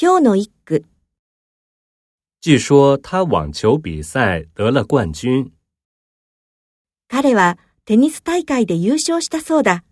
今日の一句、据说他网球比赛得了冠军。彼はテニス大会で優勝したそうだ。